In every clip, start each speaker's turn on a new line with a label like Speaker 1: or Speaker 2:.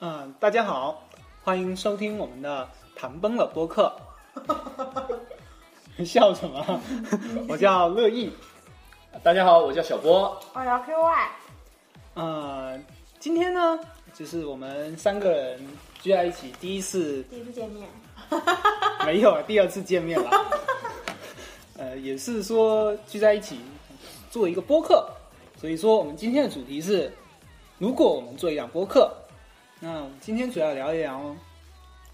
Speaker 1: 嗯，大家好，欢迎收听我们的“谈崩了”播客。笑什么？我叫乐意。
Speaker 2: 大家好，我叫小波。
Speaker 3: 我叫 QY，
Speaker 1: 呃，今天呢，就是我们三个人聚在一起，第一次
Speaker 3: 第一次见面，
Speaker 1: 没有，第二次见面 了。呃，也是说聚在一起做一个播客，所以说我们今天的主题是，如果我们做一档播客，那我们今天主要聊一聊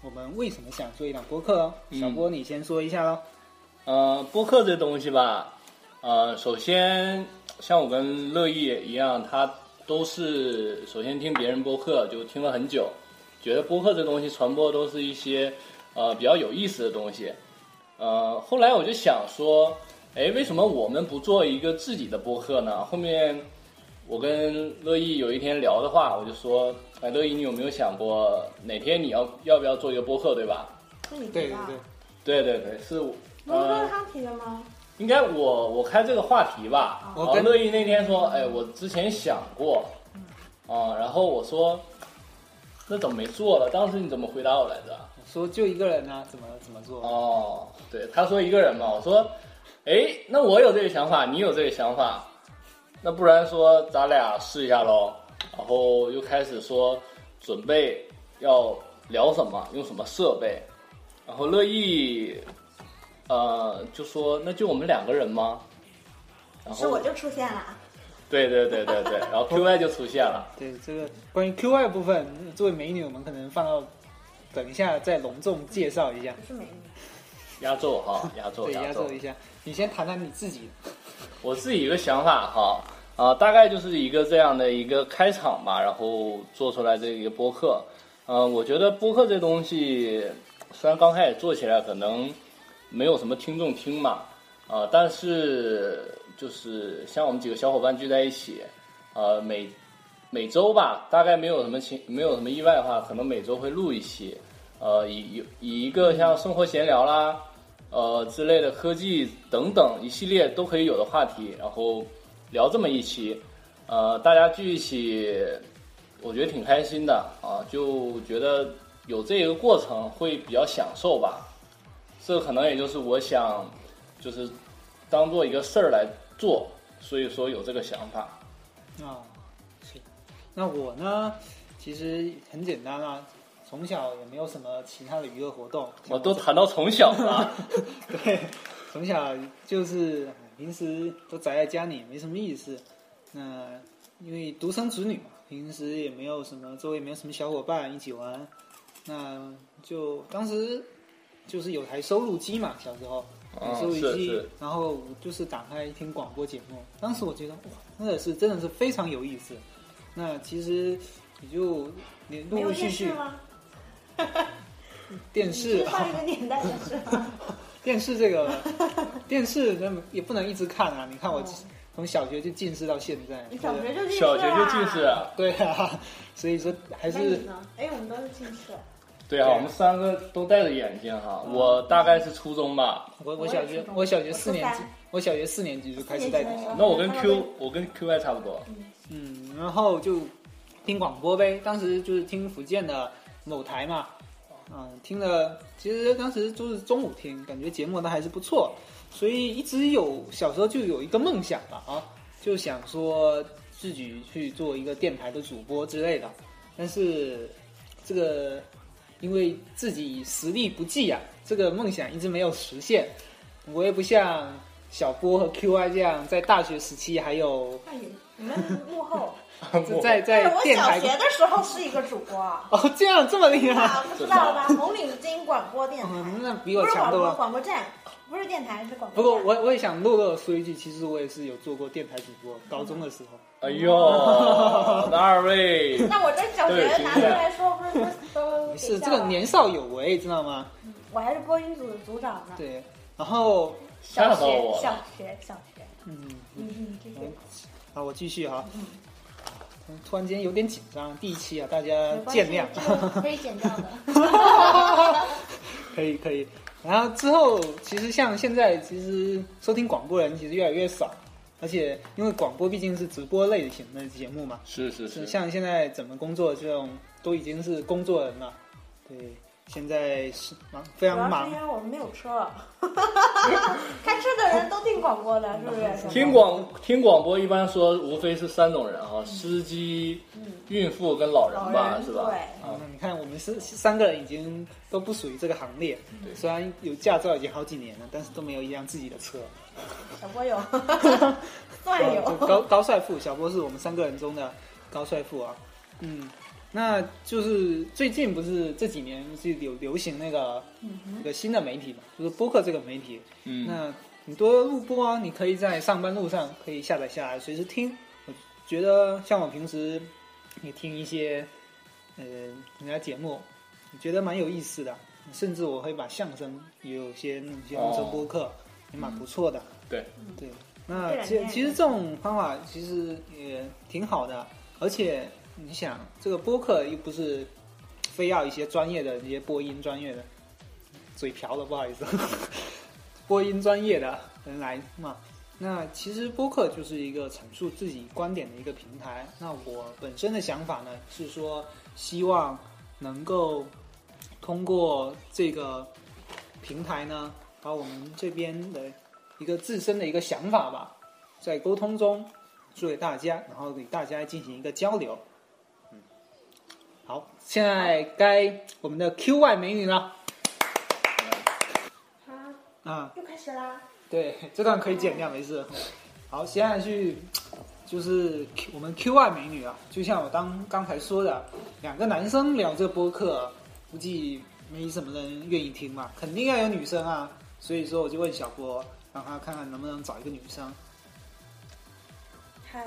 Speaker 1: 我们为什么想做一档播客哦。
Speaker 2: 嗯
Speaker 1: 小波，你先说一下喽。
Speaker 2: 呃，播客这东西吧，呃，首先像我跟乐意也一样，他都是首先听别人播客，就听了很久，觉得播客这东西传播都是一些呃比较有意思的东西。呃，后来我就想说，哎，为什么我们不做一个自己的播客呢？后面我跟乐意有一天聊的话，我就说，哎，乐意，你有没有想过哪天你要要不要做一个播客，对吧？
Speaker 3: 是你
Speaker 1: 对对
Speaker 3: 提的啊，
Speaker 1: 对，
Speaker 2: 对对对，是我。
Speaker 3: 不是
Speaker 2: 呃
Speaker 3: 说，他提的吗？
Speaker 1: 哦
Speaker 2: 应该我我开这个话题吧。
Speaker 1: 我
Speaker 2: 然后
Speaker 1: 跟
Speaker 2: 乐意那天说，哎，我之前想过，啊、然后我说，那怎么没做了？当时你怎么回答我来着？
Speaker 1: 我说就一个人啊，怎么怎么做？
Speaker 2: 哦，对，他说一个人嘛，我说，哎，那我有这个想法，你有这个想法，那不然说咱俩试一下喽。然后又开始说准备要聊什么，用什么设备，然后乐意，呃，就说那就我们两个人吗？然
Speaker 3: 是
Speaker 2: 后
Speaker 3: 我就出现了，啊
Speaker 2: 对对对对对，然后 QY 就出现了。
Speaker 1: 对这个关于 QY 部分，作为美女，我们可能放到等一下再隆重介绍一下，
Speaker 3: 不是美女，
Speaker 2: 压轴哈，压轴
Speaker 1: 对，压
Speaker 2: 轴
Speaker 1: 轴一下。你先谈谈你自己，
Speaker 2: 我自己一个想法哈，啊、大概就是一个这样的一个开场吧，然后做出来这一个播客。嗯、我觉得播客这东西，虽然刚开始做起来可能没有什么听众听嘛，啊、但是就是像我们几个小伙伴聚在一起，呃，每每周吧，大概没有什么情没有什么意外的话，可能每周会录一期，呃，以以以一个像生活闲聊啦，呃之类的科技等等一系列都可以有的话题，然后聊这么一期，呃，大家聚一起，我觉得挺开心的啊，就觉得有这个过程会比较享受吧。这可能也就是我想，就是当做一个事儿来做，所以说有这个想法。
Speaker 1: 啊、是。那我呢，其实很简单啊，从小也没有什么其他的娱乐活动。
Speaker 2: 我哦都谈到从小了，
Speaker 1: 对，从小就是平时都宅在家里，没什么意思。那因为独生子女嘛，平时也没有什么周围没有什么小伙伴一起玩，那就当时就是有台收录机嘛，小时候。
Speaker 2: 嗯，
Speaker 1: 收音
Speaker 2: 是
Speaker 1: 机
Speaker 2: 是，，
Speaker 1: 然后就是打开听广播节目。当时我觉得哇，真的是真的是非常有意思。那其实也就你陆
Speaker 3: 没有
Speaker 1: 陆
Speaker 3: 电
Speaker 1: 续
Speaker 3: 视
Speaker 1: 续
Speaker 3: 吗？
Speaker 1: 电视啊
Speaker 3: 你是上一个年代的事 吗？
Speaker 1: 电视这 个电视那么也不能一直看啊。你看我
Speaker 3: 哦
Speaker 1: 从小学就近视到现在，
Speaker 3: 你小学就近视
Speaker 2: 小
Speaker 3: 啦
Speaker 2: 学就近视，啊，
Speaker 1: 对啊，所以说还
Speaker 3: 那你
Speaker 1: 是
Speaker 3: 呢？哎，我们都是近视，
Speaker 2: 对啊，我们三个都戴着眼镜哈。我大概是初中吧，
Speaker 1: 我
Speaker 3: 我
Speaker 1: 我
Speaker 3: 也
Speaker 1: 小
Speaker 3: 是
Speaker 1: 学
Speaker 3: 中
Speaker 1: 我小学
Speaker 3: 我
Speaker 1: 四
Speaker 3: 初
Speaker 1: 年级
Speaker 3: 三，
Speaker 1: 我小学四年级就开始
Speaker 3: 四
Speaker 1: 戴
Speaker 3: 年级
Speaker 1: 眼
Speaker 3: 的
Speaker 1: 镜
Speaker 3: 时候，
Speaker 2: 那我跟
Speaker 3: 他们
Speaker 2: Q 我跟 QY 差不多。
Speaker 1: 嗯，然后就听广播呗。当时就是听福建的某台嘛，嗯，听了，其实当时就是中午听，感觉节目呢还是不错，所以一直有小时候就有一个梦想吧啊，就想说自己去做一个电台的主播之类的，但是这个因为自己实力不济啊，这个梦想一直没有实现。我也不像小波和 QY 这样，在大学时期还有
Speaker 3: 那你你们幕后，
Speaker 1: 在在
Speaker 3: 哎我
Speaker 1: 电
Speaker 3: 小
Speaker 1: 台
Speaker 3: 学的时候是一个主 播，啊，
Speaker 1: 哦，这样这么厉害，
Speaker 3: 不知道了吧？红领巾广播电
Speaker 1: 嗯，
Speaker 3: 台，
Speaker 1: 那比
Speaker 3: 不
Speaker 1: 我
Speaker 3: 是
Speaker 1: 强
Speaker 3: 广
Speaker 1: 多
Speaker 3: 播
Speaker 1: 了。
Speaker 3: 广播站，不是电台是广播站。
Speaker 1: 不过我我也想弱弱地说一句，其实我也是有做过电台主播，高中的时
Speaker 3: 嗯
Speaker 1: 候。
Speaker 2: 哎呦，那二位，
Speaker 3: 那我这小学拿出来说，不是说都
Speaker 1: 没事，这个年少有为，知道吗？
Speaker 3: 我还是播音组的组长呢。
Speaker 1: 对，然后
Speaker 3: 小
Speaker 2: 吓到
Speaker 3: 学
Speaker 2: 我
Speaker 3: 小
Speaker 2: 了。
Speaker 3: 学小学，
Speaker 1: 嗯，
Speaker 3: 嗯嗯，这些
Speaker 1: 好，我继续哈。突然间有点紧张，第一期啊，大家
Speaker 3: 没关系
Speaker 1: 见 谅。
Speaker 3: 这个可以剪掉的。
Speaker 1: 可以可以。然后之后，其实像现在，其实收听广播人其实越来越少，而且因为广播毕竟是直播类型的节目嘛，
Speaker 2: 是是是，
Speaker 1: 像现在怎么工作这种都已经是工作人了，对，现在是忙非
Speaker 3: 主
Speaker 1: 常
Speaker 3: 要是
Speaker 1: 忙
Speaker 3: 因，为我们没有车， 开车的人都听广播的，是不是？
Speaker 2: 听广听广播一般说无非是三种人哈，司机、
Speaker 3: 嗯，
Speaker 2: 孕妇跟老人
Speaker 3: 老
Speaker 2: 吧，
Speaker 3: 人
Speaker 2: 是吧？
Speaker 3: 对
Speaker 1: 嗯，你看我们是三个人已经都不属于这个行列，
Speaker 2: 对
Speaker 3: 嗯
Speaker 1: 虽然有驾照已经好几年了，但是都没有一辆自己的车。啊
Speaker 3: 小波有， 哎算
Speaker 1: 就
Speaker 3: 有，
Speaker 1: 高高帅富，小波是我们三个人中的高帅富啊。嗯，那就是最近不是这几年是有流行那个
Speaker 3: 嗯
Speaker 1: 一
Speaker 3: 哼，
Speaker 1: 个新的媒体嘛，就是播客这个媒体。
Speaker 2: 嗯，
Speaker 1: 那很多录播啊，你可以在上班路上可以下载下来随时听。我觉得像我平时也听一些呃人家节目，我觉得蛮有意思的。甚至我会把相声也有些那些录成播客，也蛮不错的。
Speaker 2: 对
Speaker 3: 嗯
Speaker 1: 对，那
Speaker 3: 这两
Speaker 1: 其
Speaker 3: 天
Speaker 1: 其实这种方法其实也挺好的，而且你想，这个播客又不是非要一些专业的一些播音专业的，嘴瓢了，不好意思， 播音专业的人来嘛。那其实播客就是一个阐述自己观点的一个平台。那我本身的想法呢是说，希望能够通过这个平台呢，把我们这边的一个自身的一个想法吧，在沟通中做给大家，然后给大家进行一个交流。嗯，好，现在该我们的 Q Y 美女了
Speaker 3: 啊，
Speaker 1: 啊、
Speaker 3: 又开始啦，
Speaker 1: 对，这段可以剪掉，没事。好，现在去就是 Q, 我们 Q Y 美女啊，就像我当刚才说的，两个男生聊这播客，估计没什么人愿意听嘛，肯定要有女生啊。所以说，我就问小波，让他看看能不能找一个女生。
Speaker 3: 嗨，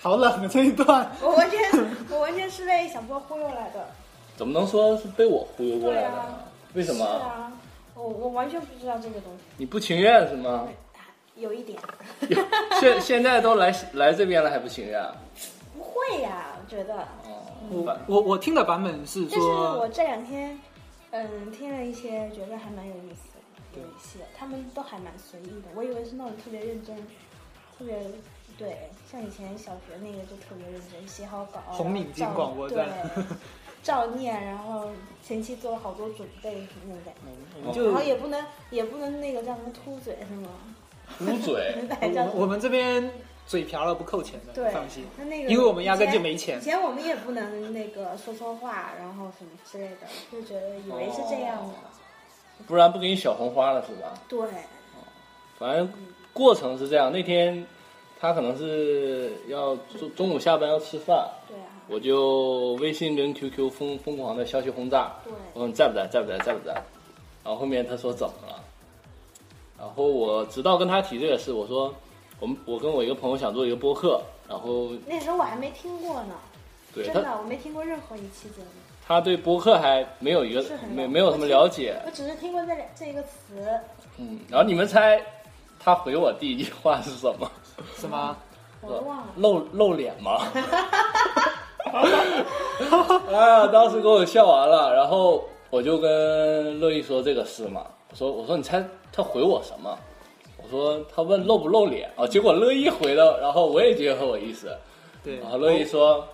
Speaker 1: 好冷啊这一段。
Speaker 3: 我完全，我完全是被小波忽悠来的，
Speaker 2: 怎么能说是被我忽悠过来的
Speaker 3: 对
Speaker 2: 呢
Speaker 3: 啊？
Speaker 2: 为什
Speaker 3: 是
Speaker 2: 么？
Speaker 3: 啊，我我完全不知道这个东西，
Speaker 2: 你不情愿是 吗？
Speaker 3: 有一点，
Speaker 2: 现现在都来来这边了还不情愿？
Speaker 3: 不会呀，我觉得。嗯
Speaker 2: 哦，
Speaker 1: 我
Speaker 2: 反
Speaker 1: 我我听的版本是
Speaker 3: 但是我
Speaker 1: 说，
Speaker 3: 这两天，嗯，听了一些，觉得还蛮有意思的，有一些他们都还蛮随意的。我以为是那种特别认真，特别对，像以前小学那个就特别认真，写好稿，
Speaker 1: 红领巾
Speaker 3: 然后照
Speaker 1: 广播
Speaker 3: 对
Speaker 1: 站，
Speaker 3: 照念，然后前期做了好多准备什么的，
Speaker 1: 我们
Speaker 3: 然后
Speaker 1: 就
Speaker 3: 也不能也不能那个叫什么秃嘴是吗？
Speaker 2: 捂嘴，
Speaker 3: 还叫什
Speaker 1: 我
Speaker 3: 么？
Speaker 1: 们这边嘴瓢了不扣钱的，
Speaker 3: 对
Speaker 1: 你放心，
Speaker 3: 那那个
Speaker 1: 因为我们压根
Speaker 3: 以
Speaker 1: 就
Speaker 3: 前
Speaker 1: 没
Speaker 3: 以
Speaker 1: 钱。
Speaker 3: 前我们也不能那个说错话，然后什么之类的，就觉得以为是这样
Speaker 1: 哦
Speaker 3: 的。
Speaker 2: 不然不给你小红花了是吧？
Speaker 3: 对，
Speaker 2: 反正过程是这样，那天他可能是要中中午下班要吃饭，
Speaker 3: 对啊，
Speaker 2: 我就微信跟 QQ 疯疯狂的消息轰炸，
Speaker 3: 对，
Speaker 2: 我问你在不在，在不在，在不在，然后后面他说怎么了，然后我直到跟他提这个事，我说我们我跟我一个朋友想做一个播客，然后
Speaker 3: 那时候我还没听过呢，
Speaker 2: 对
Speaker 3: 真
Speaker 2: 他
Speaker 3: 的我没听过任何一期节目，
Speaker 2: 他对播客还没有一个
Speaker 3: 是很
Speaker 2: 没
Speaker 3: 了
Speaker 2: 没有什么了解，
Speaker 3: 我只是听过这两这一个词，
Speaker 2: 嗯，然后你们猜他回我第一句话是什么？
Speaker 1: 什么？
Speaker 3: 我都忘了。
Speaker 2: 露露脸吗？ 啊，当时给我笑完了，然后我就跟乐意说这个事嘛，我说我说你猜他回我什么？我说他问露不露脸啊，结果乐意回的，然后我也觉得很有意思，
Speaker 1: 对，
Speaker 2: 然后乐意说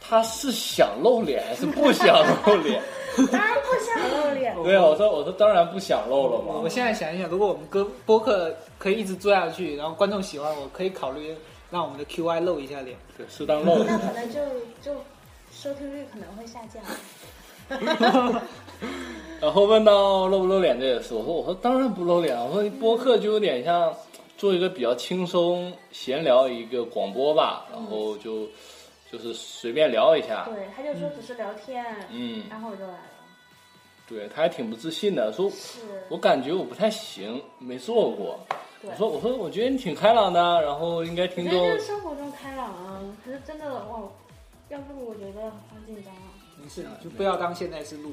Speaker 2: 他是想露脸还是不想露脸？
Speaker 3: 当然不想露脸，
Speaker 2: 对啊，我说我说当然不想露了
Speaker 1: 我我
Speaker 2: 嘛，
Speaker 1: 现在想一想，如果我们歌播客可以一直做下去，然后观众喜欢，我可以考虑让我们的 QY 露一下脸。
Speaker 2: 对适当露。
Speaker 3: 那可能就就收听率可能会下降。
Speaker 2: 然后问到露不露脸这也是，我说我说当然不露脸啊，我说播客就有点像做一个比较轻松闲聊一个广播吧，然后就就是随便聊一下，
Speaker 3: 对，他就说只是聊天，
Speaker 2: 嗯，
Speaker 3: 然后我就来了。
Speaker 2: 对他还挺不自信的，说
Speaker 3: 是，
Speaker 2: 我感觉我不太行，没做过，
Speaker 3: 对
Speaker 2: 我，说我说我觉得你挺开朗的，啊然后应该
Speaker 3: 我
Speaker 2: 听
Speaker 3: 觉得
Speaker 2: 众
Speaker 3: 就是生活中开朗啊，可是真的哇，要不我觉得好紧张啊。
Speaker 1: 没事，就不要当现在是 录。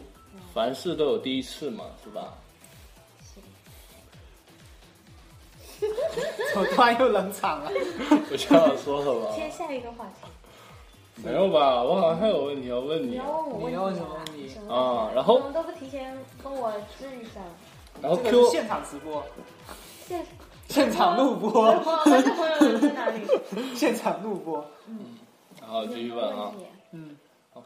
Speaker 2: 凡事都有第一次嘛，是吧？
Speaker 3: 行
Speaker 1: 我突然又冷场了。
Speaker 2: 我这样说什么？
Speaker 3: 接下一个话题，
Speaker 2: 没有吧？我好像还有问题要问
Speaker 3: 你
Speaker 2: 你，
Speaker 3: 要问我
Speaker 1: 你
Speaker 3: 问
Speaker 1: 要问
Speaker 3: 题
Speaker 1: 什么
Speaker 3: 啊
Speaker 1: 问题
Speaker 3: 什么
Speaker 2: 啊
Speaker 3: 问题
Speaker 2: 然后
Speaker 3: 你们都不提前跟我质一声。
Speaker 1: 哦
Speaker 2: 然后
Speaker 1: 这个
Speaker 2: Q
Speaker 1: 是现场直播，
Speaker 3: 现
Speaker 1: 现场录播，
Speaker 3: 我我的朋友在哪里？
Speaker 1: 现场录播。
Speaker 2: 然后继续问啊
Speaker 3: 没有问题
Speaker 1: 嗯，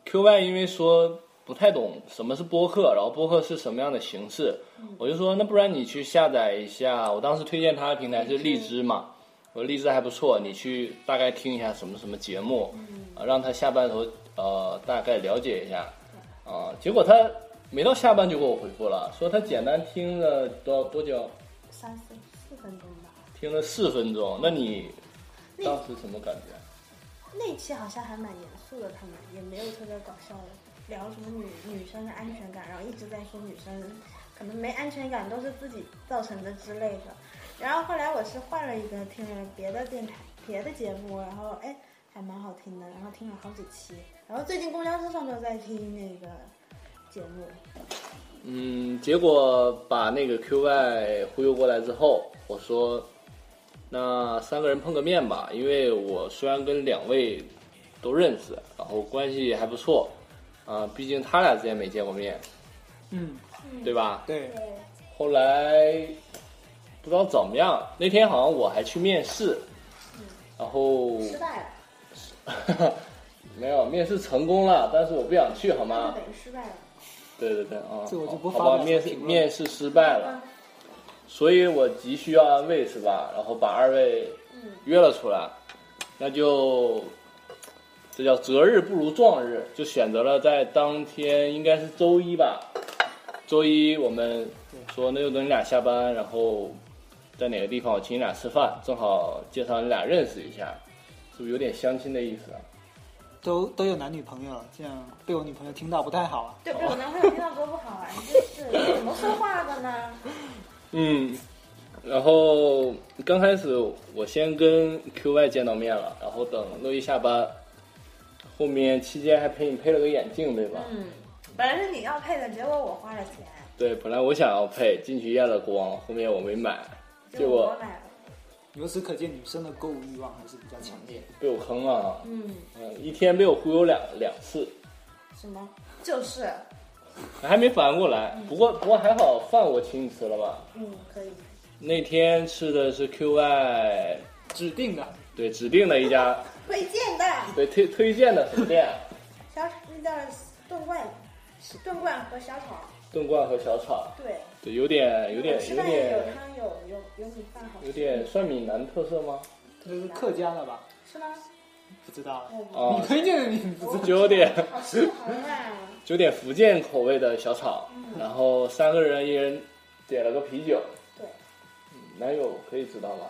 Speaker 2: ，Q Y 因为说不太懂什么是播客，然后播客是什么样的形式，我就说那不然你去下载一下，我当时推荐他的平台是荔枝嘛，我说荔枝还不错，你去大概听一下什么什么节目，啊让他下班的时候呃大概了解一下，啊、结果他没到下班就给我回复了，说他简单听了多少多久，
Speaker 3: 三四四分钟吧。
Speaker 2: 听了四分钟，那你当时什么感觉？
Speaker 3: 那期好像还蛮严肃的，他们也没有特别搞笑的，聊什么女女生的安全感，然后一直在说女生可能没安全感都是自己造成的之类的。然后后来我是换了一个听了别的电台别的节目，然后哎还蛮好听的，然后听了好几期，然后最近公交车上都在听那个节目，
Speaker 2: 嗯，结果把那个 QY 忽悠过来之后，我说，那三个人碰个面吧，因为我虽然跟两位都认识，然后关系还不错，啊、毕竟他俩之前没见过面，
Speaker 1: 嗯，
Speaker 2: 对吧？
Speaker 1: 对，
Speaker 3: 对，
Speaker 2: 后来不知道怎么样，那天好像我还去面试，然后
Speaker 3: 失败了，
Speaker 1: 嗯
Speaker 2: 没有面试成功了，但是我不想去，好
Speaker 3: 他
Speaker 2: 吗
Speaker 3: 们？等于失败了。
Speaker 2: 对对对，啊、
Speaker 1: 这我就不
Speaker 2: 好
Speaker 1: 发表
Speaker 2: 好吧，面试
Speaker 1: 评论
Speaker 2: 面试失败了。
Speaker 3: 嗯
Speaker 2: 所以我急需要安慰，是吧？然后把二位
Speaker 3: 嗯，
Speaker 2: 约了出来，那就这叫择日不如撞日，就选择了在当天，应该是周一吧。周一我们说那就等你俩下班，然后在哪个地方我请你俩吃饭，正好介绍你俩认识一下，是不是有点相亲的意思啊？
Speaker 1: 都都有男女朋友了，这样被我女朋友听到不太好啊。
Speaker 3: 对，被我男朋友听到多不好啊！你这是怎么说话的呢？
Speaker 2: 嗯，然后刚开始我先跟 QY 见到面了，然后等乐意下班，后面期间还陪你配了个眼镜，对吧？
Speaker 3: 嗯，本来是你要配的，结果我花了钱，
Speaker 2: 对，本来我想要配，进去验了光，后面我没买，结
Speaker 3: 结果
Speaker 2: 果
Speaker 3: 我买了。
Speaker 1: 由此可见，女生的购物欲望还是比较强烈的。
Speaker 2: 被我坑了，
Speaker 3: 嗯，
Speaker 2: 嗯，一天被我忽悠两两次，
Speaker 3: 什么？就是，
Speaker 2: 还没反应过来。不过不过还好，饭我请你吃了吧？
Speaker 3: 嗯，可以。
Speaker 2: 那天吃的是 QY
Speaker 1: 指定的，
Speaker 2: 对指定的一家
Speaker 3: 推荐的
Speaker 2: 对推推荐的什么店？啊
Speaker 3: 小那叫炖罐，炖罐和小炒。
Speaker 2: 炖罐和小炒。
Speaker 3: 对，
Speaker 2: 对，有点有点
Speaker 3: 吃
Speaker 2: 有
Speaker 3: 饭也有
Speaker 2: 点
Speaker 3: 汤，有有有米饭，好
Speaker 2: 有
Speaker 3: 吃。
Speaker 2: 点算闽南特色吗？
Speaker 1: 这是客家的吧？
Speaker 3: 是吗？
Speaker 1: 不知道，
Speaker 3: 我不
Speaker 2: 啊
Speaker 1: 你，推荐的你不知道。
Speaker 2: 就有点
Speaker 3: 好吃好啊辣。
Speaker 2: 有点福建口味的小炒，然后三个人一人点了个啤酒，
Speaker 3: 对，
Speaker 2: 男友可以知道吗？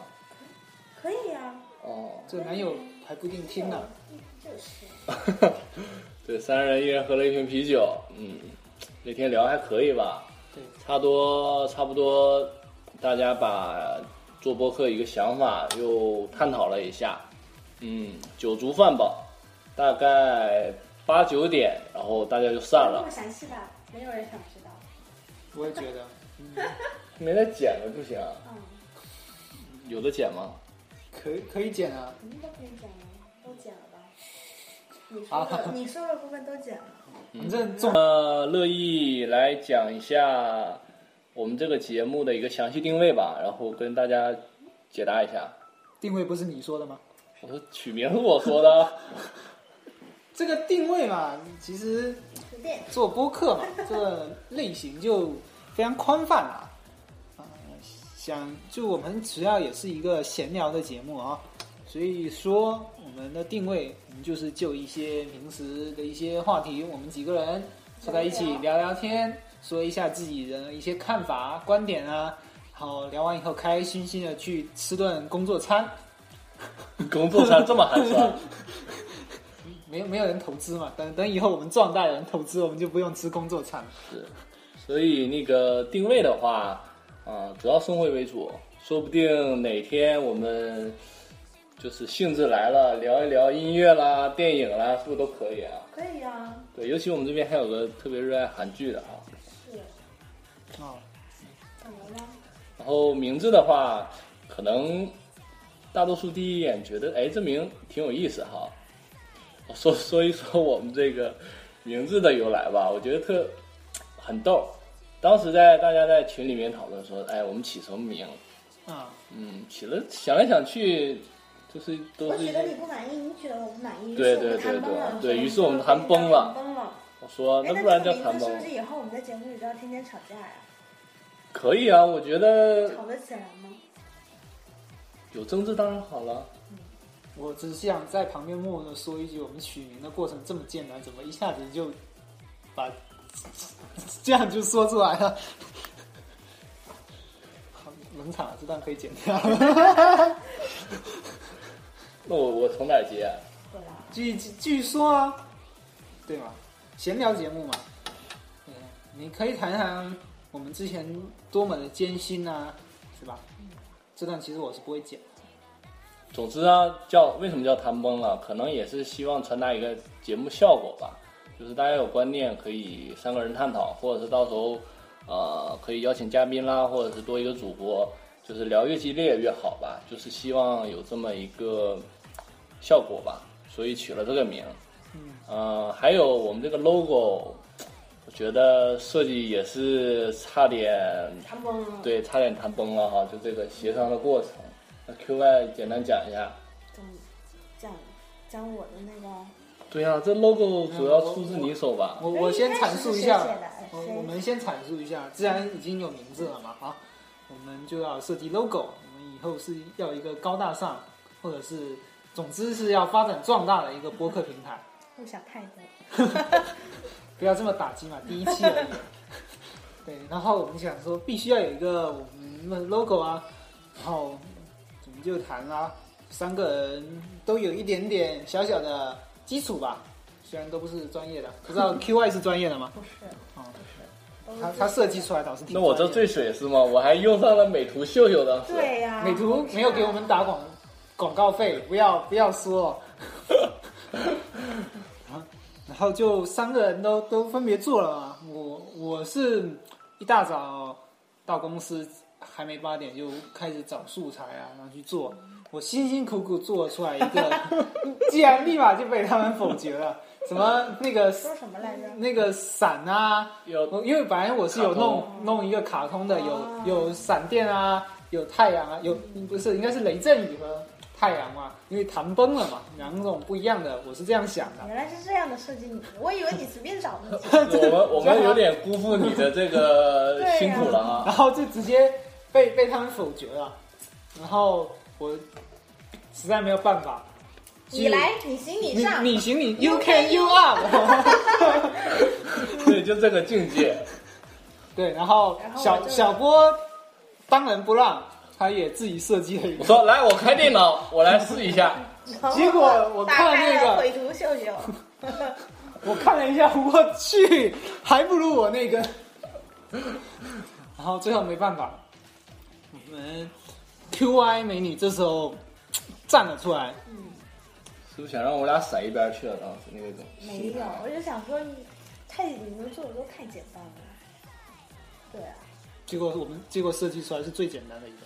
Speaker 3: 可以呀。
Speaker 2: 哦，
Speaker 1: 这男友还不一定听呢。
Speaker 3: 就是，
Speaker 2: 对，三人一人喝了一瓶啤酒，嗯，那天聊还可以吧，
Speaker 1: 对，
Speaker 2: 差多差不多，大家把做播客一个想法又探讨了一下，嗯，酒足饭饱，大概八九点，然后大家就散
Speaker 3: 那
Speaker 2: 了
Speaker 3: 么。详细吧，没有人想知道。
Speaker 1: 我也觉得，嗯，
Speaker 2: 没得剪了不行啊，
Speaker 3: 嗯。
Speaker 2: 有的剪吗？
Speaker 1: 可以可以剪啊。
Speaker 3: 你们都可以剪了，都剪了吧？你说的、
Speaker 1: 啊
Speaker 3: 你说的部分都剪了，
Speaker 1: 反正重
Speaker 2: 呃，乐意来讲一下我们这个节目的一个详细定位吧，然后跟大家解答一下。
Speaker 1: 定位不是你说的吗？
Speaker 2: 我说取名是我说的 啊，
Speaker 1: 这个定位嘛，其实
Speaker 3: 随便。
Speaker 1: 做播客嘛，这个类型就非常宽泛了。呃想就我们主要也是一个闲聊的节目啊，所以说我们的定位，我们就是就一些平时的一些话题，我们几个人坐在一起聊聊天，说一下自己的一些看法、观点啊。好，聊完以后开开心心的去吃顿工作餐，
Speaker 2: 工作上这么寒酸。
Speaker 1: 没有没有人投资嘛？等等以后我们壮大有人投资，我们就不用吃工作餐了。
Speaker 2: 是，所以那个定位的话，啊、主要生活为主，说不定哪天我们就是兴致来了，聊一聊音乐啦、电影啦，是不是都可以啊？
Speaker 3: 可以啊，
Speaker 2: 对，尤其我们这边还有个特别热爱韩剧的啊。
Speaker 3: 是
Speaker 1: 哦，
Speaker 3: 怎么了？
Speaker 2: 然后名字的话，可能大多数第一眼觉得，哎，这名挺有意思哈。 我说说一说我们这个名字的由来吧，我觉得特很逗。当时在大家在群里面讨论说，哎，我们起什么名？
Speaker 1: 啊、
Speaker 2: 嗯，起了想来想去，就是都
Speaker 3: 我
Speaker 2: 是一
Speaker 3: 觉得
Speaker 2: 些
Speaker 3: 你不满意，你觉得我不满意，于
Speaker 2: 对
Speaker 3: 是我们
Speaker 2: 对对
Speaker 3: 谈崩了
Speaker 2: 对对
Speaker 3: 我
Speaker 2: 于
Speaker 3: 们
Speaker 2: 是我们
Speaker 3: 谈
Speaker 2: 谈崩了
Speaker 3: 崩了。
Speaker 2: 我说
Speaker 3: 哎
Speaker 2: 那不然
Speaker 3: 这
Speaker 2: 叫
Speaker 3: 个
Speaker 2: 谈
Speaker 3: 名字
Speaker 2: 崩
Speaker 3: 是不是以后我们在节目里都要天天吵架呀？
Speaker 2: 可以啊，我觉得
Speaker 3: 吵得起来吗？
Speaker 2: 有争执当然好了。
Speaker 1: 我只是想在旁边默默的说一句，我们取名的过程这么艰难，怎么一下子就把这样就说出来了？ 好，冷场了，啊这段可以剪掉。
Speaker 2: 那我我从哪儿接啊？
Speaker 3: 对吧？
Speaker 1: 继继继续说啊，对吗？闲聊节目嘛，嗯，你可以谈谈我们之前多么的艰辛啊，是吧？这段其实我是不会剪的。
Speaker 2: 总之啊，叫为什么叫谈崩了？可能也是希望传达一个节目效果吧，就是大家有观念可以三个人探讨，或者是到时候呃可以邀请嘉宾啦，或者是多一个主播，就是聊越激烈越好吧，就是希望有这么一个效果吧，所以取了这个名。
Speaker 1: 嗯，
Speaker 2: 呃，还有我们这个 logo，我觉得设计也是差点
Speaker 3: 谈崩了，
Speaker 2: 对，差点谈崩了哈，就这个协商的过程。那 QY 简单讲一下。
Speaker 3: 怎么讲讲我的那个？
Speaker 2: 对呀、这 logo
Speaker 3: 嗯
Speaker 2: 主要出自你手吧？
Speaker 1: 我我先阐述一下
Speaker 3: 哎哎一开始是谁写的，
Speaker 1: 我
Speaker 3: 谁
Speaker 1: 我们先阐述一下，既然已经有名字了嘛，啊，我们就要设计 logo，我们以后是要一个高大上，或者是总之是要发展壮大的一个播客平台，
Speaker 3: 我想太多。
Speaker 1: 不要这么打击嘛，第一期而已。对，然后我们想说必须要有一个我们的 logo 啊，然后我们就谈啦、三个人都有一点点小小的基础吧，虽然都不是专业的，不知道 QY 是专业的吗？
Speaker 3: 不是，
Speaker 1: 哦
Speaker 3: 不是，都是
Speaker 1: 他
Speaker 3: 自
Speaker 1: 他设
Speaker 3: 己
Speaker 1: 计出来倒是挺
Speaker 2: 那我
Speaker 1: 专业
Speaker 2: 这
Speaker 1: 的
Speaker 2: 最水是吗？我还用上了美图秀秀的。
Speaker 3: 对呀、
Speaker 1: 美图没有给我们打广广告费，不要不要说。然后然后就三个人都都分别做了嘛。我我是一大早到公司，还没八点就开始找素材啊，然后去做。我辛辛苦苦做出来一个，竟然立马就被他们否决了。什么那个
Speaker 3: 说什么来着？
Speaker 1: 那个伞啊，
Speaker 2: 要
Speaker 1: 我因为本来我是有弄
Speaker 2: 卡
Speaker 1: 弄一个卡通的，有
Speaker 3: 哦
Speaker 1: 有闪电啊，有太阳啊，有不是应该是雷阵雨和太阳嘛，因为弹崩了嘛，两种不一样的，我是这样想的。
Speaker 3: 原来是这样的设计你，我以为你随便找的。
Speaker 2: 我们我们有点辜负你的这个
Speaker 3: 对呀
Speaker 2: 辛苦了啊。
Speaker 1: 然后就直接被被他们否决了，然后我实在没有办法，
Speaker 3: 你来，你行
Speaker 1: 你
Speaker 3: 你上，
Speaker 1: 你行你
Speaker 3: You
Speaker 1: you can
Speaker 3: can,
Speaker 1: you
Speaker 3: you
Speaker 1: up，
Speaker 2: 对，就这个境界。
Speaker 1: 对，然后
Speaker 3: 然后我
Speaker 1: 小
Speaker 3: 就
Speaker 1: 小波当仁不让，他也自己设计了一
Speaker 2: 我
Speaker 1: 个。
Speaker 2: 说来，我开电脑，我来试一下。
Speaker 3: 然后
Speaker 1: 结果我
Speaker 3: 打
Speaker 1: 看
Speaker 3: 开
Speaker 1: 那个
Speaker 3: 了绘图秀秀，
Speaker 1: 我看了一下， 我去，还不如我那个。然后最后没办法，我们 QY 美女这时候站了出来，
Speaker 3: 嗯，
Speaker 2: 是不是想让我俩闪一边去了？当时那个种
Speaker 3: 没
Speaker 2: 心
Speaker 3: 有，
Speaker 2: 态
Speaker 3: 我就想说你太你们做的都太简单了。对啊，
Speaker 1: 结果我们结果设计出来是最简单的一个，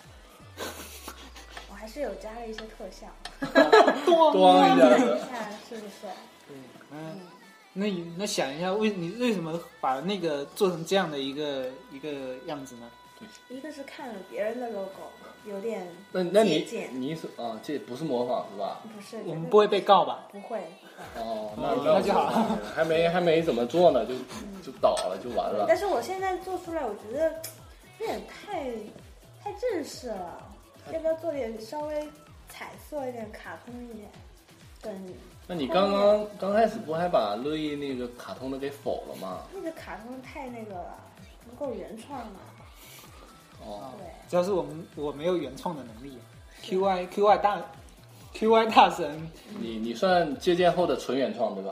Speaker 3: 我还是有加了一些特效，
Speaker 1: 咚啊
Speaker 2: 咣一下
Speaker 3: 看
Speaker 2: 子
Speaker 3: 一。下是不是？
Speaker 1: 嗯，
Speaker 3: 嗯，
Speaker 1: 那你那想一下，为你为什么把那个做成这样的一个一个样子呢？
Speaker 3: 一个是看了别人的 logo，有点
Speaker 2: 那那你
Speaker 3: 借鉴
Speaker 2: 你是啊，这不是模仿是吧？
Speaker 3: 不是，
Speaker 1: 我们
Speaker 3: 真的
Speaker 1: 不会被告吧？
Speaker 3: 不会，
Speaker 2: 哦，
Speaker 1: 哦
Speaker 2: 那嗯
Speaker 1: 那就好了。
Speaker 2: 还没还没怎么做呢，就就倒了，就完了
Speaker 3: 但。是我现在做出来，我觉得有点太太正式了，要不要做点稍微彩色一点、卡通一点？等
Speaker 2: 那你刚刚刚开始不还把乐意那个卡通的给否了吗？
Speaker 3: 那个卡通太那个了，不够原创了。
Speaker 2: 哦，
Speaker 3: 对，
Speaker 1: 主要是我们我没有原创的能力，QY QY 大 QY 大神
Speaker 2: 你你算借鉴后的纯原创对吧？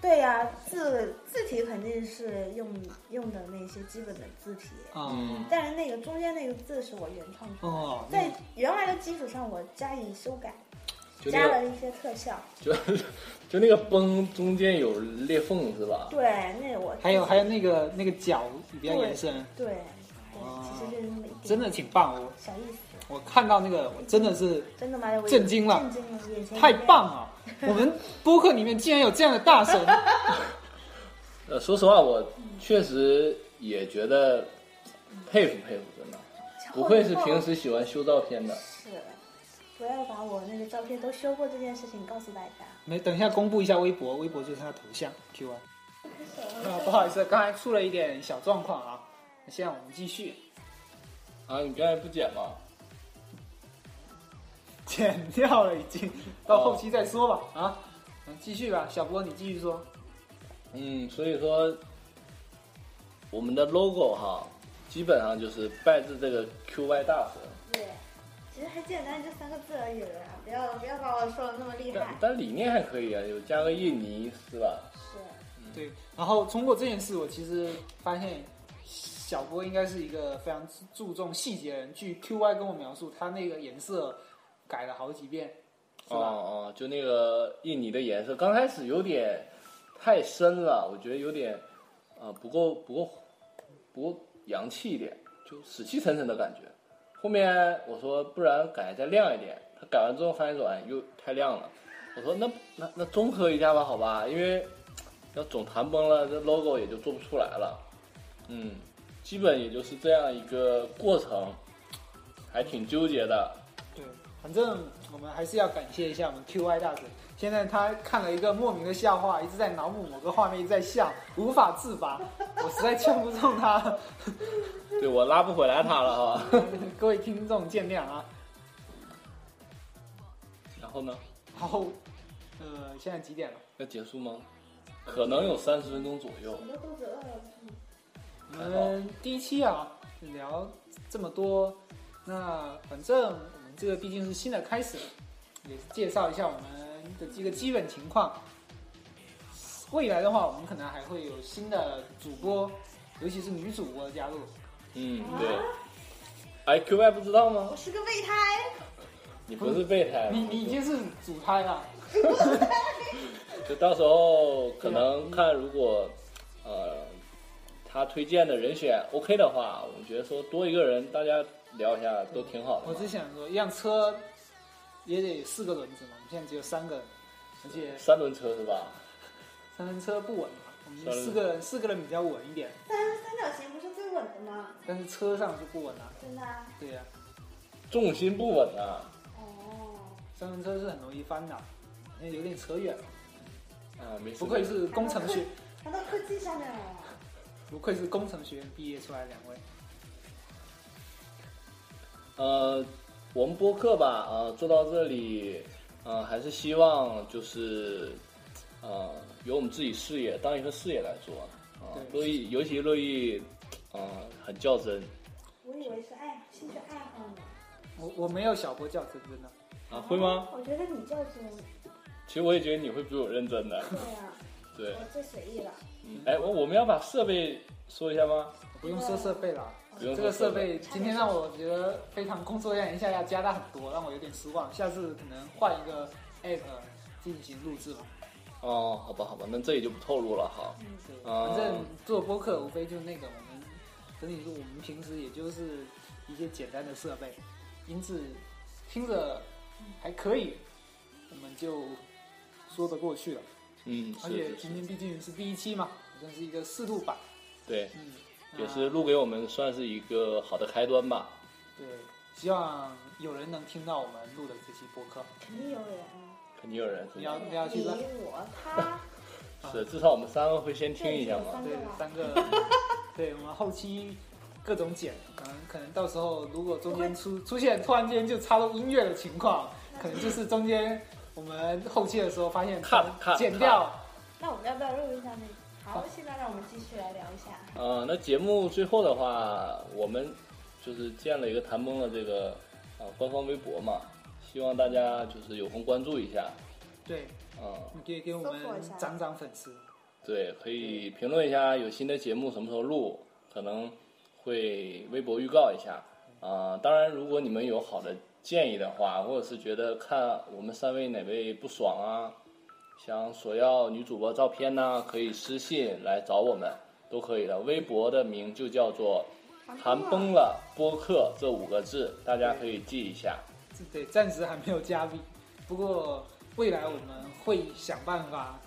Speaker 3: 对呀、字字体肯定是用用的那些基本的字体，
Speaker 1: 啊、
Speaker 2: 嗯
Speaker 3: 但是那个中间那个字是我原创出来的，
Speaker 1: 哦，那
Speaker 3: 在原来的基础上我加以修改，
Speaker 2: 就那
Speaker 3: 加
Speaker 2: 个
Speaker 3: 了一些特效。
Speaker 2: 就就那个崩中间有裂缝是吧？
Speaker 3: 对，那我
Speaker 1: 还有
Speaker 3: 自己
Speaker 1: 还有那个那个脚比较延伸，
Speaker 3: 对对
Speaker 1: 哦，
Speaker 3: 其实就是那么一点，
Speaker 1: 真的挺棒。我
Speaker 3: 小意思。
Speaker 1: 我看到那个，我真的是
Speaker 3: 真的吗？我
Speaker 1: 震惊了
Speaker 3: 震惊了，眼前一
Speaker 1: 太
Speaker 3: 亮
Speaker 1: 棒！了！我们播客里面竟然有这样的大神，
Speaker 2: 呃，说实话，我确实也觉得佩服佩服，真的。不愧是平时喜欢修照片的。
Speaker 3: 是，不要把我那个照片都修过这件事情告诉大家。
Speaker 1: 没，等一下公布一下微博，微博就是他的头像 Q Y。啊，不好意思，刚才出了一点小状况啊，那现在我们继续
Speaker 2: 啊，你刚才不剪吗？
Speaker 1: 剪掉了，已经到后期再说吧、啊。嗯，继续吧，小波你继续说。
Speaker 2: 嗯，所以说我们的 logo 哈，基本上就是拜致这个 QY 大神。
Speaker 3: 对，其实很简单，就三个字而已了，不要不要把我说的那么厉
Speaker 2: 但
Speaker 3: 害。
Speaker 2: 但理念还可以啊，有加个印尼是吧？
Speaker 3: 是，
Speaker 1: 对，然后通过这件事，我其实发现小波应该是一个非常注重细节的人。据 Q Y 跟我描述，他那个颜色改了好几遍，是
Speaker 2: 哦
Speaker 1: 吧？
Speaker 2: 哦，就那个印尼的颜色，刚开始有点太深了，我觉得有点啊、呃不够不够不够洋气一点，就死气沉沉的感觉。后面我说不然改再亮一点，他改完之后发现说哎又太亮了，我说那那那综合一下吧，好吧，因为要总谈崩了，这 logo 也就做不出来了。嗯，基本也就是这样一个过程，还挺纠结的。
Speaker 1: 对，反正我们还是要感谢一下我们 Q Y 大神。现在他看了一个莫名的笑话，一直在脑补某个画面，一直在笑，无法自拔。我实在劝不中他，
Speaker 2: 对我拉不回来他了哈。
Speaker 1: 各位听众见谅啊。
Speaker 2: 然后呢？
Speaker 1: 然后，呃，现在几点了？
Speaker 2: 要结束吗？可能有三十分钟左右
Speaker 3: 我。都肚子饿了。
Speaker 1: 我们第一期啊聊这么多，那反正我们这个毕竟是新的开始，也介绍一下我们的这个基本情况。未来的话，我们可能还会有新的主播，尤其是女主播的加入。
Speaker 2: 嗯，
Speaker 3: 啊
Speaker 2: 对。哎，QY 不知道
Speaker 3: 我
Speaker 2: 吗？
Speaker 3: 是个备胎，
Speaker 2: 你不是备胎吗，
Speaker 1: 嗯你你已经是主胎了，
Speaker 2: 就到时候可能看如果呃他推荐的人选 OK 的话，我觉得说多一个人，大家聊一下都挺好的
Speaker 1: 我
Speaker 2: 嘛。
Speaker 1: 只想说，一辆车也得四个轮子嘛，我们现在只有三个人，而且
Speaker 2: 三轮车是吧？
Speaker 1: 三轮车不稳嘛，我们
Speaker 2: 三轮
Speaker 1: 四个人四个人比较稳一点，
Speaker 3: 三三角形不是最稳的吗？
Speaker 1: 但是车上是不稳啊，
Speaker 3: 真的啊？
Speaker 1: 对呀、
Speaker 2: 重心不稳啊。
Speaker 3: 哦，
Speaker 1: 三轮车是很容易翻的，那有点扯远了。
Speaker 2: 啊，没事。
Speaker 1: 不愧是工程学，
Speaker 3: 还到科技上面了。
Speaker 1: 不愧是工程学院毕业出来的两位。
Speaker 2: 呃，我们播客吧，呃，做到这里，呃，还是希望就是，呃，由我们自己事业当一份事业来做，啊、
Speaker 1: 对
Speaker 2: 乐意，尤其乐意，呃，很较真
Speaker 3: 我以为是爱兴趣爱好呢。
Speaker 1: 我我没有小波较真，真的。
Speaker 2: 啊，会吗？？
Speaker 3: 我觉得你较真，
Speaker 2: 其实我也觉得你会比我认真的，
Speaker 3: 对啊，
Speaker 2: 对，
Speaker 3: 我最随意了。
Speaker 2: 嗯哎，我我们要把设备说一下吗？
Speaker 1: 我不用说设备了，
Speaker 2: 不用
Speaker 1: 这
Speaker 2: 说
Speaker 1: 个设备今天让我觉得非常工作量一下要加大很多，让我有点失望。下次可能换一个 app 进行录制吧。
Speaker 2: 哦，好吧，好吧，那这里就不透露了哈。
Speaker 3: 嗯，
Speaker 1: 对，
Speaker 2: 哦
Speaker 1: 反正做播客无非就是那个，我们跟你说，我们平时也就是一些简单的设备，音质听着还可以，我们就说得过去了。
Speaker 2: 嗯，
Speaker 1: 而
Speaker 2: 是
Speaker 1: 且
Speaker 2: 是是
Speaker 1: 今，天毕竟是第一期嘛，也算是一个试录版，
Speaker 2: 对，
Speaker 1: 嗯，
Speaker 2: 也
Speaker 1: 那
Speaker 2: 是录给我们算是一个好的开端吧。
Speaker 1: 对，希望有人能听到我们录的这期播客。
Speaker 3: 肯定有人啊。
Speaker 2: 肯定有人是
Speaker 1: 你
Speaker 2: 吧
Speaker 1: 要你要去
Speaker 3: 你
Speaker 1: 拉，
Speaker 3: 我他，
Speaker 2: 是，至少我们三个会先听一下嘛。
Speaker 1: 对，
Speaker 3: 哦
Speaker 1: 三个， 对我们后期各种剪，可能可能到时候如果中间出出现突然间就插入音乐的情况，可能就是中间我们后期的时候发现
Speaker 2: 看看
Speaker 1: 剪掉，
Speaker 3: 那我们要不要录一下那？好，现在让我们继续来聊一下。
Speaker 2: 呃，那节目最后的话，我们就是建了一个谈崩的这个呃官方微博嘛，希望大家就是有空关注一下，
Speaker 1: 对，
Speaker 2: 嗯、
Speaker 1: 你可以给我
Speaker 3: 搜索
Speaker 1: 们
Speaker 3: 一下
Speaker 1: 涨涨粉丝。
Speaker 2: 对，可以评论一下有新的节目什么时候录，可能会微博预告一下。啊、当然，如果你们有好的建议的话，或者是觉得看我们三位哪位不爽啊，想索要女主播照片呢、可以私信来找我们，都可以的。微博的名就叫做“谈崩了播客”这五个字，大家可以记一下。
Speaker 1: 对，暂时还没有加 V，不过未来我们会想办法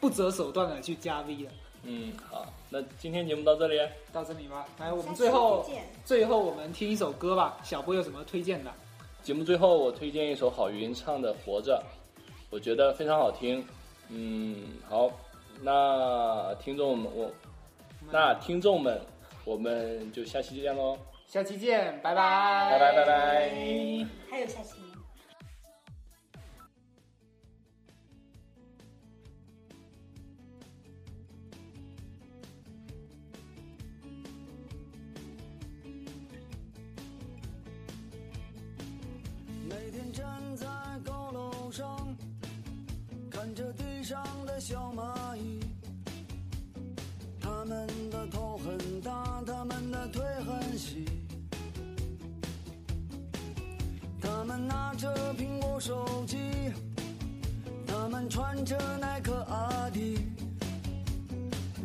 Speaker 1: 不择手段的去加 V 的。
Speaker 2: 嗯，好，那今天节目到这里，啊
Speaker 1: 到这里吧。来，我
Speaker 3: 下
Speaker 1: 们
Speaker 3: 期
Speaker 1: 最后
Speaker 3: 再见
Speaker 1: 最后我们听一首歌吧。小波有什么推荐的？
Speaker 2: 节目最后我推荐一首郝云唱的《活着》，我觉得非常好听。嗯，好，那听众们，我
Speaker 1: 我们
Speaker 2: 那听众们，我们就下期见喽，
Speaker 1: 下期见，拜拜，
Speaker 2: 拜拜拜拜。
Speaker 3: 还有下期吗？
Speaker 4: 每天站在高楼上，看着地上的小蚂蚁，它们的头很大，它们的腿很细，它们拿着苹果手机，它们穿着耐克阿迪，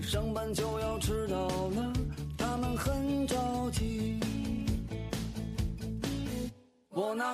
Speaker 4: 上班就要迟到了，它们很着急。我那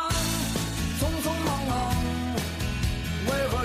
Speaker 4: 匆匆忙忙，为何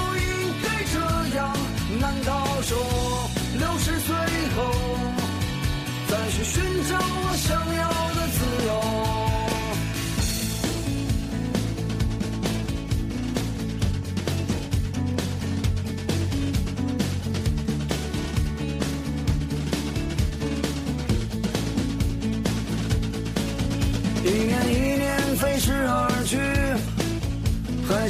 Speaker 4: 应该这样？难道说六十岁后再去寻找我想要的自由？一年一年飞逝而去，还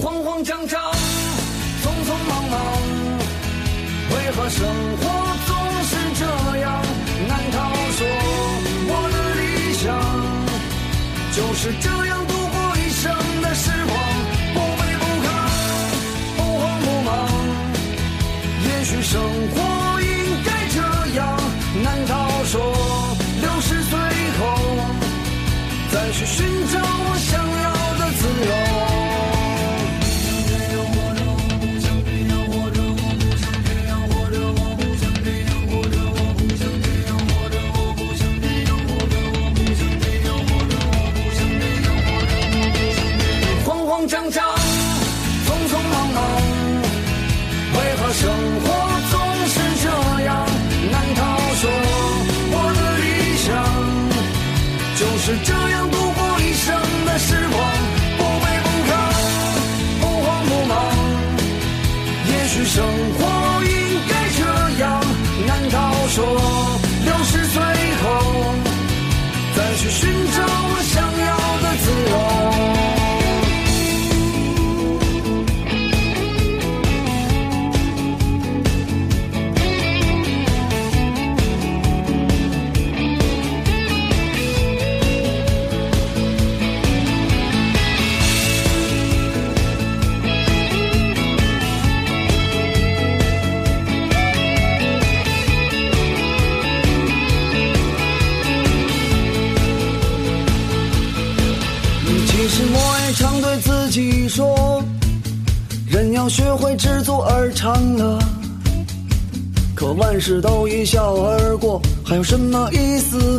Speaker 4: 慌慌张张，匆匆忙忙，为何生活总是这样？难道说我的理想就是这样度过一生的时光？不卑不亢，不慌不忙。也许生活应该这样？难道说六十岁后再去寻找我想要的自由？慌慌张张，匆匆忙忙，为何生活总是这样？难道说我的理想就是这样度过一生的时光？不卑不亢，不慌不忙。也许生活应该这样？难道说六十岁后再去寻找我想要的自由？其实我也常对自己说，人要学会知足而常乐。可万事都一笑而过，还有什么意思